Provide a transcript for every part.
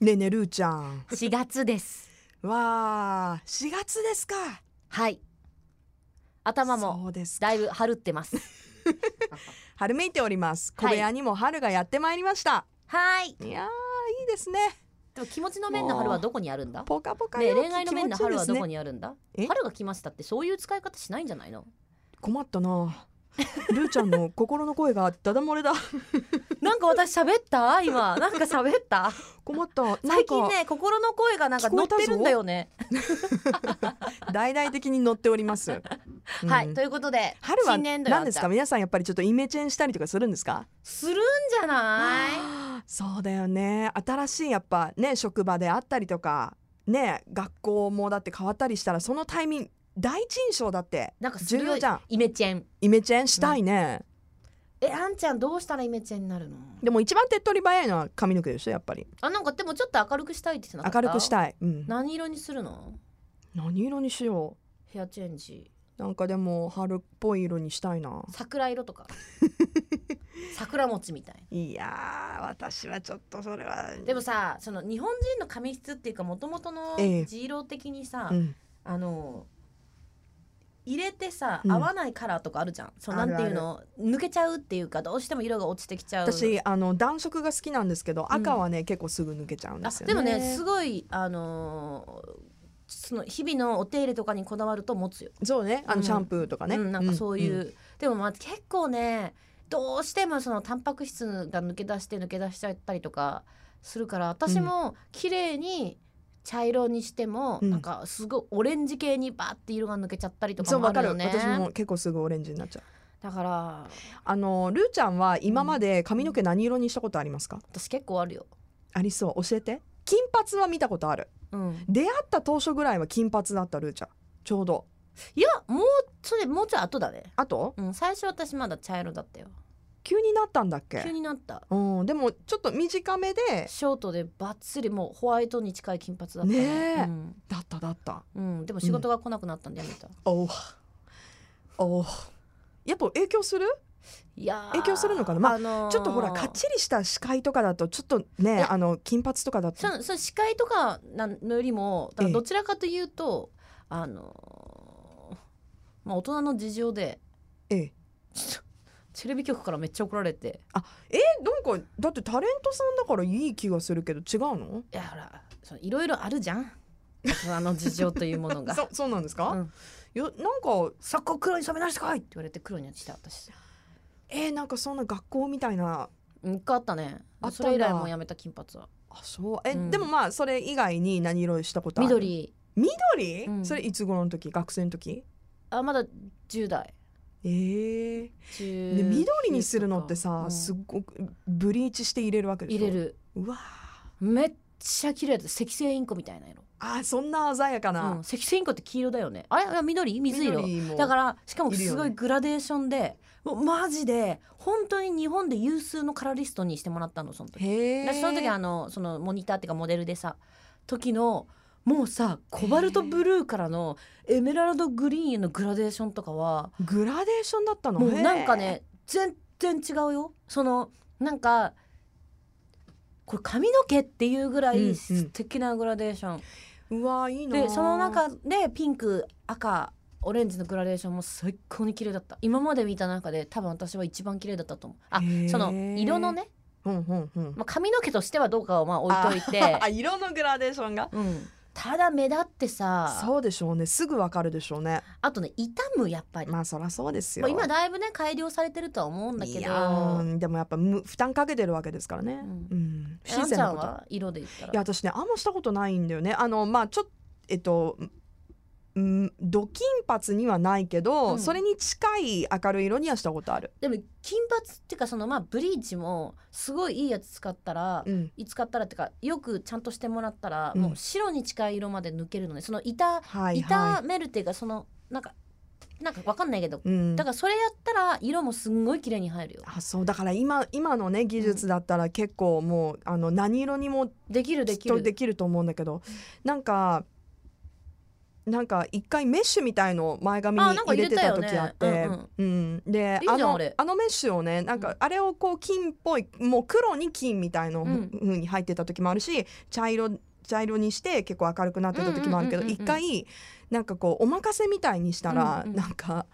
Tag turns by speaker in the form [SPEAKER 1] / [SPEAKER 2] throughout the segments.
[SPEAKER 1] ねえねえるーちゃん
[SPEAKER 2] 4月です
[SPEAKER 1] わあ4月ですか
[SPEAKER 2] はい頭も
[SPEAKER 1] そうですか
[SPEAKER 2] だいぶ春ってます
[SPEAKER 1] 春めいております小
[SPEAKER 2] はい
[SPEAKER 1] 部屋にも春がやってまいりました、
[SPEAKER 2] はい
[SPEAKER 1] い、やーいいですね
[SPEAKER 2] でも気持ちの面の春はどこにあるんだ
[SPEAKER 1] ポカポカ
[SPEAKER 2] ねえ
[SPEAKER 1] 陽気
[SPEAKER 2] 恋愛の面の春は
[SPEAKER 1] 気持ちいいで
[SPEAKER 2] どこ
[SPEAKER 1] すね
[SPEAKER 2] にあるんだ、
[SPEAKER 1] え
[SPEAKER 2] 春が来ましたってそういう使い方しないんじゃないの
[SPEAKER 1] 困ったなるーちゃんの心の声がダダ漏れ だ
[SPEAKER 2] なんか私喋った今なんか喋った
[SPEAKER 1] 困ったなんか
[SPEAKER 2] 最近ね心の声がなんか
[SPEAKER 1] 聞こ
[SPEAKER 2] 乗っ
[SPEAKER 1] えたぞ
[SPEAKER 2] てるんだよね、
[SPEAKER 1] 大々的に乗っており ます、うん
[SPEAKER 2] はいということで
[SPEAKER 1] 春は
[SPEAKER 2] 新年度よ
[SPEAKER 1] 何ですか皆さんやっぱりちょっとイメチェンしたりとかするんですか
[SPEAKER 2] するんじゃない
[SPEAKER 1] あーそうだよね新しいやっぱね職場であったりとかね学校もだって変わったりしたらそのタイミング第一印象だって
[SPEAKER 2] なんかす
[SPEAKER 1] 重
[SPEAKER 2] る
[SPEAKER 1] 要じゃん
[SPEAKER 2] イメチェン
[SPEAKER 1] イメチェンしたいね、
[SPEAKER 2] えあんちゃんどうしたらイメチェンになるの
[SPEAKER 1] でも一番手っ取り早いのは髪の毛でしょやっぱり
[SPEAKER 2] あなんかでもちょっと明るくしたいって言ってなかった
[SPEAKER 1] 明るくしたい、うん、
[SPEAKER 2] 何色にするの
[SPEAKER 1] 何色にしよ
[SPEAKER 2] ヘアチェンジ
[SPEAKER 1] うなんかでも春っぽい色にしたいな
[SPEAKER 2] 桜 色とか桜餅みたい
[SPEAKER 1] いやー私はちょっとそれは
[SPEAKER 2] なでもさその日本人の髪質っていうかもともとの
[SPEAKER 1] ええ
[SPEAKER 2] 地色的にさ、
[SPEAKER 1] うん、
[SPEAKER 2] あの入れてさ、
[SPEAKER 1] うん
[SPEAKER 2] 合わないカラーとかあるじゃんそうな
[SPEAKER 1] あ
[SPEAKER 2] ん
[SPEAKER 1] る
[SPEAKER 2] ていうの抜けちゃうっていうかどうしても色が落ちてきちゃう
[SPEAKER 1] 私あの暖色が好きなんですけど赤はね、結構すぐ抜けちゃうんで
[SPEAKER 2] あ
[SPEAKER 1] すよね
[SPEAKER 2] でもねすごいあのーその日々のお手入れとかにこだわると持つよ、
[SPEAKER 1] そうねあ
[SPEAKER 2] う
[SPEAKER 1] の
[SPEAKER 2] ん
[SPEAKER 1] シャンプーとかね、
[SPEAKER 2] うん、なんかそういう、
[SPEAKER 1] ん
[SPEAKER 2] でもまあ結構ねどうしてもそのタンパク質が抜け出して抜け出しちゃったりとかするから私も綺麗に茶色にしても、
[SPEAKER 1] うん
[SPEAKER 2] なんかすごいオレンジ系にバーって色が抜けちゃったりとか
[SPEAKER 1] そう
[SPEAKER 2] もあ
[SPEAKER 1] わか
[SPEAKER 2] る
[SPEAKER 1] る
[SPEAKER 2] よね
[SPEAKER 1] 私も結構すぐオレンジになっちゃう
[SPEAKER 2] だから
[SPEAKER 1] あのルーちゃんは今まで髪の毛何色にしたことありますか、
[SPEAKER 2] 私結構あるよ、
[SPEAKER 1] ありそう教えて金髪は見たことある
[SPEAKER 2] うん、
[SPEAKER 1] 出会った当初ぐらいは金髪だったルーちゃんちょうど
[SPEAKER 2] いやもうそれもうちょい後だね
[SPEAKER 1] あと
[SPEAKER 2] うん、最初私まだ茶色だったよ
[SPEAKER 1] 急になったんだっ
[SPEAKER 2] 急
[SPEAKER 1] け
[SPEAKER 2] になった
[SPEAKER 1] うん、でもちょっと短めで
[SPEAKER 2] ショートでバッツリもうホワイトに近い金髪だった
[SPEAKER 1] ねえ
[SPEAKER 2] うん
[SPEAKER 1] だっただった
[SPEAKER 2] うん、でも仕事が来なくなったんでやめた、
[SPEAKER 1] おうおうやっぱ影響する
[SPEAKER 2] いやー
[SPEAKER 1] 影響するのかなまあ
[SPEAKER 2] のー
[SPEAKER 1] ちょっとほらかっちりした視界とかだとちょっとね
[SPEAKER 2] え
[SPEAKER 1] あの金髪とかだと
[SPEAKER 2] そのその司会とかなんのよりもだか
[SPEAKER 1] え
[SPEAKER 2] ら
[SPEAKER 1] え
[SPEAKER 2] どちらかというと、あのーまあ、大人の事情で
[SPEAKER 1] ええ
[SPEAKER 2] ちょっとテレビ局からめっちゃ怒られて
[SPEAKER 1] えなんかだってタレントさんだからいい気がするけど違うの
[SPEAKER 2] いやほらそのいろいろあるじゃん大人の事情というもの が
[SPEAKER 1] そそうなんですか、
[SPEAKER 2] うん
[SPEAKER 1] いやなんか
[SPEAKER 2] そこ黒に染め直してこいって言われて黒にした私
[SPEAKER 1] えー、なんかそんな学校みたいな
[SPEAKER 2] うん一回あったね
[SPEAKER 1] あったんだ
[SPEAKER 2] それ以来もうやめた金髪は
[SPEAKER 1] あそうえ、
[SPEAKER 2] うん
[SPEAKER 1] でもまあそれ以外に何色にしたことある
[SPEAKER 2] 緑
[SPEAKER 1] 緑、
[SPEAKER 2] うん
[SPEAKER 1] それいつ頃の時学生の時
[SPEAKER 2] あまだ10代
[SPEAKER 1] えー、
[SPEAKER 2] 10
[SPEAKER 1] で緑にするのってさ、
[SPEAKER 2] うん
[SPEAKER 1] すっごくブリーチして入れるわけでし
[SPEAKER 2] 入
[SPEAKER 1] ょ
[SPEAKER 2] れる
[SPEAKER 1] うわー
[SPEAKER 2] めっちゃ綺麗だ赤星インコみたいな色
[SPEAKER 1] あーそんな鮮やか
[SPEAKER 2] うん、
[SPEAKER 1] な、
[SPEAKER 2] 赤星インコって黄色だよねあれあ緑水色
[SPEAKER 1] 緑も
[SPEAKER 2] だからしかも
[SPEAKER 1] いるよね
[SPEAKER 2] すごいグラデーションで、もうマジで本当に日本で有数のカラリストにしてもらったのその時、
[SPEAKER 1] へえ
[SPEAKER 2] 私その時あのそのモニターっていうかモデルでさ時のもうさコバルトブルーからのエメラルドグリーンへのグラデーションとかは
[SPEAKER 1] グラデーションだったの
[SPEAKER 2] もう
[SPEAKER 1] へー
[SPEAKER 2] なんかね全然違うよそのなんかこれ髪の毛っていうぐら
[SPEAKER 1] うんうん
[SPEAKER 2] い素敵なグラデーション、
[SPEAKER 1] うわーいいなー
[SPEAKER 2] でその中でピンク赤オレンジのグラデーションも最高に綺麗だった今まで見た中で多分私は一番綺麗だったと思うあ
[SPEAKER 1] へー
[SPEAKER 2] その色のね、
[SPEAKER 1] うんうんうん
[SPEAKER 2] まあ、髪の毛としてはどうかをまあ置い といて
[SPEAKER 1] あ、色のグラデーションが
[SPEAKER 2] うん、ただ目立ってさ
[SPEAKER 1] そうでしょうねすぐわかるでしょうね
[SPEAKER 2] あとね傷むやっぱり、
[SPEAKER 1] まあそらそうですよ
[SPEAKER 2] まあ今だいぶね改良されてるとは思うんだけ
[SPEAKER 1] い
[SPEAKER 2] ど
[SPEAKER 1] やーでもやっぱむ負担かけてるわけですからね、う
[SPEAKER 2] うん
[SPEAKER 1] 不
[SPEAKER 2] えあ
[SPEAKER 1] 自
[SPEAKER 2] んち
[SPEAKER 1] 然
[SPEAKER 2] ゃ
[SPEAKER 1] なんこと
[SPEAKER 2] は色で言ったら
[SPEAKER 1] いや私ねあんましたことないんだよねあのまあちょっえっとうんド金髪にはないけど、
[SPEAKER 2] うん
[SPEAKER 1] それに近い明るい色にはしたことある、
[SPEAKER 2] でも金髪っていうかそのまあブリーチもすごいいいやつ使ったら、
[SPEAKER 1] うん、
[SPEAKER 2] いつ買ったらっていうかよくちゃんとしてもらったら、
[SPEAKER 1] うん
[SPEAKER 2] もう白に近い色まで抜けるのねその板
[SPEAKER 1] はいは
[SPEAKER 2] 炒めるっていうかそのなんかなんかわかんないけど、
[SPEAKER 1] い、うん、
[SPEAKER 2] だからそれやったら色もすんごい綺麗に入るよ
[SPEAKER 1] あそうだから今今のね技術だったら結構もうあの何色にも
[SPEAKER 2] できる
[SPEAKER 1] き
[SPEAKER 2] で
[SPEAKER 1] っ
[SPEAKER 2] き
[SPEAKER 1] と
[SPEAKER 2] る
[SPEAKER 1] できると思うんだけどなんかなんか一回メッシュみたいのを前髪に
[SPEAKER 2] あなんか
[SPEAKER 1] 入れてた
[SPEAKER 2] 入れ
[SPEAKER 1] 時
[SPEAKER 2] たよ
[SPEAKER 1] あっ
[SPEAKER 2] ね
[SPEAKER 1] て、
[SPEAKER 2] うん
[SPEAKER 1] うんで
[SPEAKER 2] いいじゃん
[SPEAKER 1] の
[SPEAKER 2] あれ
[SPEAKER 1] あのメッシュをねなん
[SPEAKER 2] う
[SPEAKER 1] か
[SPEAKER 2] ん
[SPEAKER 1] あれをこう金っぽいもう黒に金みたいの
[SPEAKER 2] うん
[SPEAKER 1] ふうに入ってた時もあるし茶色茶色にして結構明るくなってた時もあるけど
[SPEAKER 2] うんうんうんうん
[SPEAKER 1] 一回なんかこうお任せみたいにしたら
[SPEAKER 2] うんうん
[SPEAKER 1] なんか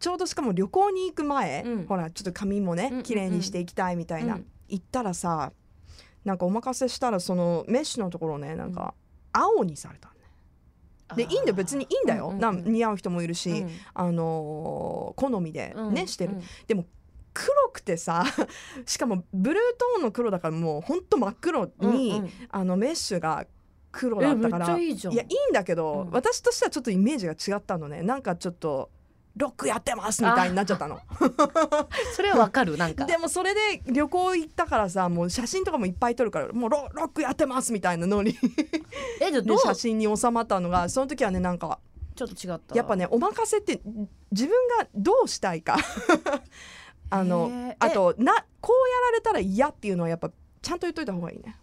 [SPEAKER 1] ちょうどしかも旅行に行く前、
[SPEAKER 2] うん
[SPEAKER 1] ほらちょっと髪も
[SPEAKER 2] うんうんう
[SPEAKER 1] ね
[SPEAKER 2] ん
[SPEAKER 1] 綺麗にしていきたいみたいな、
[SPEAKER 2] うん
[SPEAKER 1] 行ったらさなんかお任せしたらそのメッシュのところをねなんか青にされたのねでいいんだよ別にいいんだよ、
[SPEAKER 2] うんうんうん
[SPEAKER 1] なん似合う人もいるし、
[SPEAKER 2] うん
[SPEAKER 1] あのー好みで
[SPEAKER 2] うん
[SPEAKER 1] ね、してる
[SPEAKER 2] うん
[SPEAKER 1] でも黒くてさ しかもブルートーンの黒だからもうほんと真っ黒に、
[SPEAKER 2] うんうん
[SPEAKER 1] あのメッシュが黒だ
[SPEAKER 2] え
[SPEAKER 1] っ
[SPEAKER 2] め
[SPEAKER 1] た
[SPEAKER 2] っ
[SPEAKER 1] か
[SPEAKER 2] ち
[SPEAKER 1] ら
[SPEAKER 2] ゃいいじゃん
[SPEAKER 1] やいいんだけど、
[SPEAKER 2] うん
[SPEAKER 1] 私としてはちょっとイメージが違ったのねなんかちょっとロックやってますみたいになっちゃったの
[SPEAKER 2] それはわかるなんか
[SPEAKER 1] でもそれで旅行行ったからさもう写真とかもいっぱい撮るからもうロロックやってますみたいな のに、ね、
[SPEAKER 2] えじゃあどう
[SPEAKER 1] 写真に収まったのがその時はねなんか
[SPEAKER 2] ちょっと違った
[SPEAKER 1] やっぱねお任せって自分がどうしたいか あの
[SPEAKER 2] へー
[SPEAKER 1] あとなこうやられたら嫌っていうのはやっぱちゃんと言っといた方がいいね、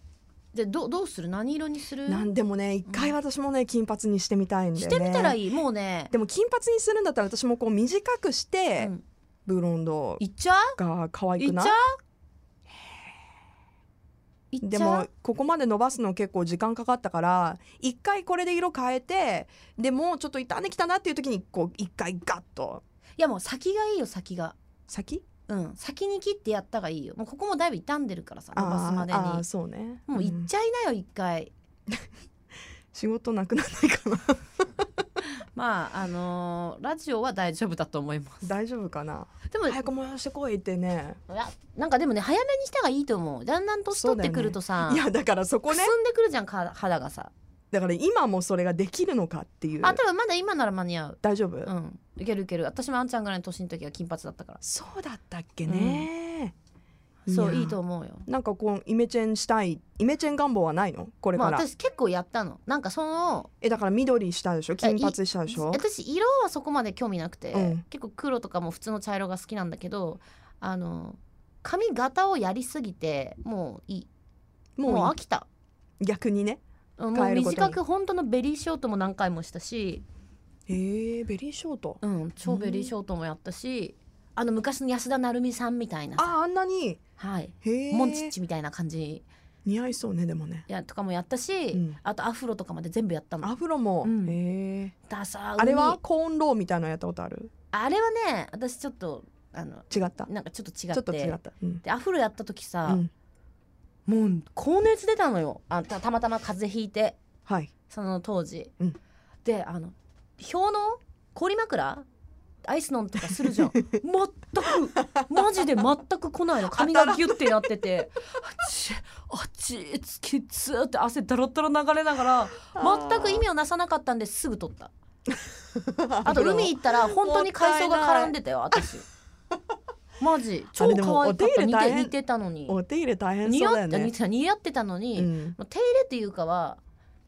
[SPEAKER 2] でどうどうする何色にする
[SPEAKER 1] なんでもね一回私もね金髪にしてみたいんだ
[SPEAKER 2] し
[SPEAKER 1] よね
[SPEAKER 2] てみたらいいもうね
[SPEAKER 1] でも金髪にするんだったら私もこう短くして、
[SPEAKER 2] うん
[SPEAKER 1] ブロンド
[SPEAKER 2] いっちゃう
[SPEAKER 1] が可愛
[SPEAKER 2] い
[SPEAKER 1] く
[SPEAKER 2] っち
[SPEAKER 1] な
[SPEAKER 2] ゃ
[SPEAKER 1] いう
[SPEAKER 2] いっ
[SPEAKER 1] で
[SPEAKER 2] ちゃ
[SPEAKER 1] も
[SPEAKER 2] う
[SPEAKER 1] ここまで伸ばすの結構時間かかったから一回これで色変えてでもうちょっと傷んできたなっていう時にこう一回ガッと
[SPEAKER 2] いやもう先がいいよ先が
[SPEAKER 1] 先
[SPEAKER 2] うん先に切ってやったがいいよもうここもだいぶ傷んでるからさ伸ばす
[SPEAKER 1] あ
[SPEAKER 2] まで
[SPEAKER 1] ーあー
[SPEAKER 2] に
[SPEAKER 1] そうね
[SPEAKER 2] もういっ
[SPEAKER 1] ん
[SPEAKER 2] ちゃいなよ一回
[SPEAKER 1] 仕事なくならないかな
[SPEAKER 2] まああのーラジオは大丈夫だと思い ます
[SPEAKER 1] 大丈夫かな
[SPEAKER 2] でも
[SPEAKER 1] 早く催してこいってね
[SPEAKER 2] いやなんかでもね早めにしたがいいと思うだんだん年取ってくるとさ、
[SPEAKER 1] いやだからそこ
[SPEAKER 2] く
[SPEAKER 1] ね
[SPEAKER 2] すんでくるじゃんか肌がさ
[SPEAKER 1] だから今もそれができるのかっていう
[SPEAKER 2] あ多分まだ今なら間に合う
[SPEAKER 1] 大丈夫、
[SPEAKER 2] うんいけるいける私もあんちゃんぐらいの年の時は金髪だったから
[SPEAKER 1] そうだったっけね、
[SPEAKER 2] そう
[SPEAKER 1] や
[SPEAKER 2] いいと思うよ
[SPEAKER 1] なんかこうイメチェンしたいイメチェン願望はないのこれ
[SPEAKER 2] まあ
[SPEAKER 1] から、
[SPEAKER 2] 私結構やったのなんかその
[SPEAKER 1] えだから緑したでしょ金髪したでしょ
[SPEAKER 2] 私色はそこまで興味なくて、
[SPEAKER 1] うん
[SPEAKER 2] 結構黒とかも普通の茶色が好きなんだけどあの髪型をやりすぎてもういいもう
[SPEAKER 1] も
[SPEAKER 2] 飽きた
[SPEAKER 1] う逆にね
[SPEAKER 2] うんも
[SPEAKER 1] 変
[SPEAKER 2] う
[SPEAKER 1] えることに
[SPEAKER 2] 短く本当のベリーショートも何回もしたし、
[SPEAKER 1] えー、ベリーショート
[SPEAKER 2] うん、超ベリーショートもやったし、あの昔の安田成美さんみたいなさ
[SPEAKER 1] ああんなに
[SPEAKER 2] はい、
[SPEAKER 1] へえ
[SPEAKER 2] モンチッチみたいな感じ
[SPEAKER 1] 似合いそうねでもね、
[SPEAKER 2] やとかもやったし、
[SPEAKER 1] うん、
[SPEAKER 2] あとアフロとかまで全部やったの
[SPEAKER 1] アフロも、
[SPEAKER 2] うん
[SPEAKER 1] へえ
[SPEAKER 2] ダサー
[SPEAKER 1] あれは
[SPEAKER 2] 海
[SPEAKER 1] コーンローみたいなのやったことある
[SPEAKER 2] あれはね私ちょっとあの
[SPEAKER 1] 違った
[SPEAKER 2] なんかちょっと違って
[SPEAKER 1] ちょっと違った、うん
[SPEAKER 2] でアフロやった時
[SPEAKER 1] う
[SPEAKER 2] さ、
[SPEAKER 1] ん、
[SPEAKER 2] もう高熱出たのよあたたまたま風邪ひいて
[SPEAKER 1] はい
[SPEAKER 2] その当時、
[SPEAKER 1] うん
[SPEAKER 2] であの氷の氷枕アイス飲んとかする じゃん全くマジで全く来ないの髪がギュッてなっててあっちあっちつきつーって汗だらだら流れながら全く意味をなさなかったんですぐ取った あと海行ったら本当に海藻が絡んでたよ私マジ
[SPEAKER 1] あ
[SPEAKER 2] 超
[SPEAKER 1] れでも
[SPEAKER 2] 可愛か
[SPEAKER 1] お
[SPEAKER 2] っ
[SPEAKER 1] 手
[SPEAKER 2] た
[SPEAKER 1] 入れ
[SPEAKER 2] 似
[SPEAKER 1] 大
[SPEAKER 2] て
[SPEAKER 1] 変
[SPEAKER 2] 似てたのに
[SPEAKER 1] お手入れ大変
[SPEAKER 2] 似
[SPEAKER 1] そうだ
[SPEAKER 2] 合
[SPEAKER 1] よ
[SPEAKER 2] って
[SPEAKER 1] ね
[SPEAKER 2] 似てた似合ってたのに、
[SPEAKER 1] うん
[SPEAKER 2] もう手入れっていうかは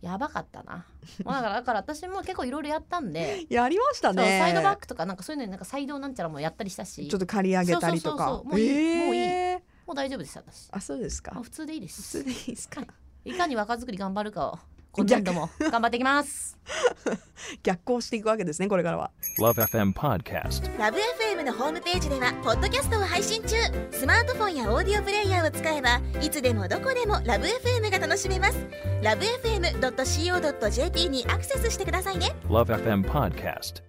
[SPEAKER 2] やばかっ たなまあだからだから私も結構いろいろやったんで、
[SPEAKER 1] やりました
[SPEAKER 2] そう
[SPEAKER 1] ね
[SPEAKER 2] サイドバックとかなんかそういうのになんかサイドなんちゃらもやったりしたし
[SPEAKER 1] ちょっと借り上げたりとか
[SPEAKER 2] そうそうそうそうもういい
[SPEAKER 1] えー
[SPEAKER 2] もういいもう大丈夫です私
[SPEAKER 1] あそうです
[SPEAKER 2] まあ
[SPEAKER 1] か
[SPEAKER 2] 普通でいいで
[SPEAKER 1] 普通
[SPEAKER 2] す
[SPEAKER 1] でいいですか
[SPEAKER 2] いかに若作り頑張るかを今年度も頑張っていきます
[SPEAKER 1] 逆行していくわけですねこれからは
[SPEAKER 3] Love FM Podcast.
[SPEAKER 4] ラブ f m のホームページではポッドキャストを配信中スマートフォンやオーディオプレイヤーを使えばいつでもどこでもラブ f m が楽しめますラブ FM.co.jp にアクセスしてくださいね
[SPEAKER 3] Love FM Podcast.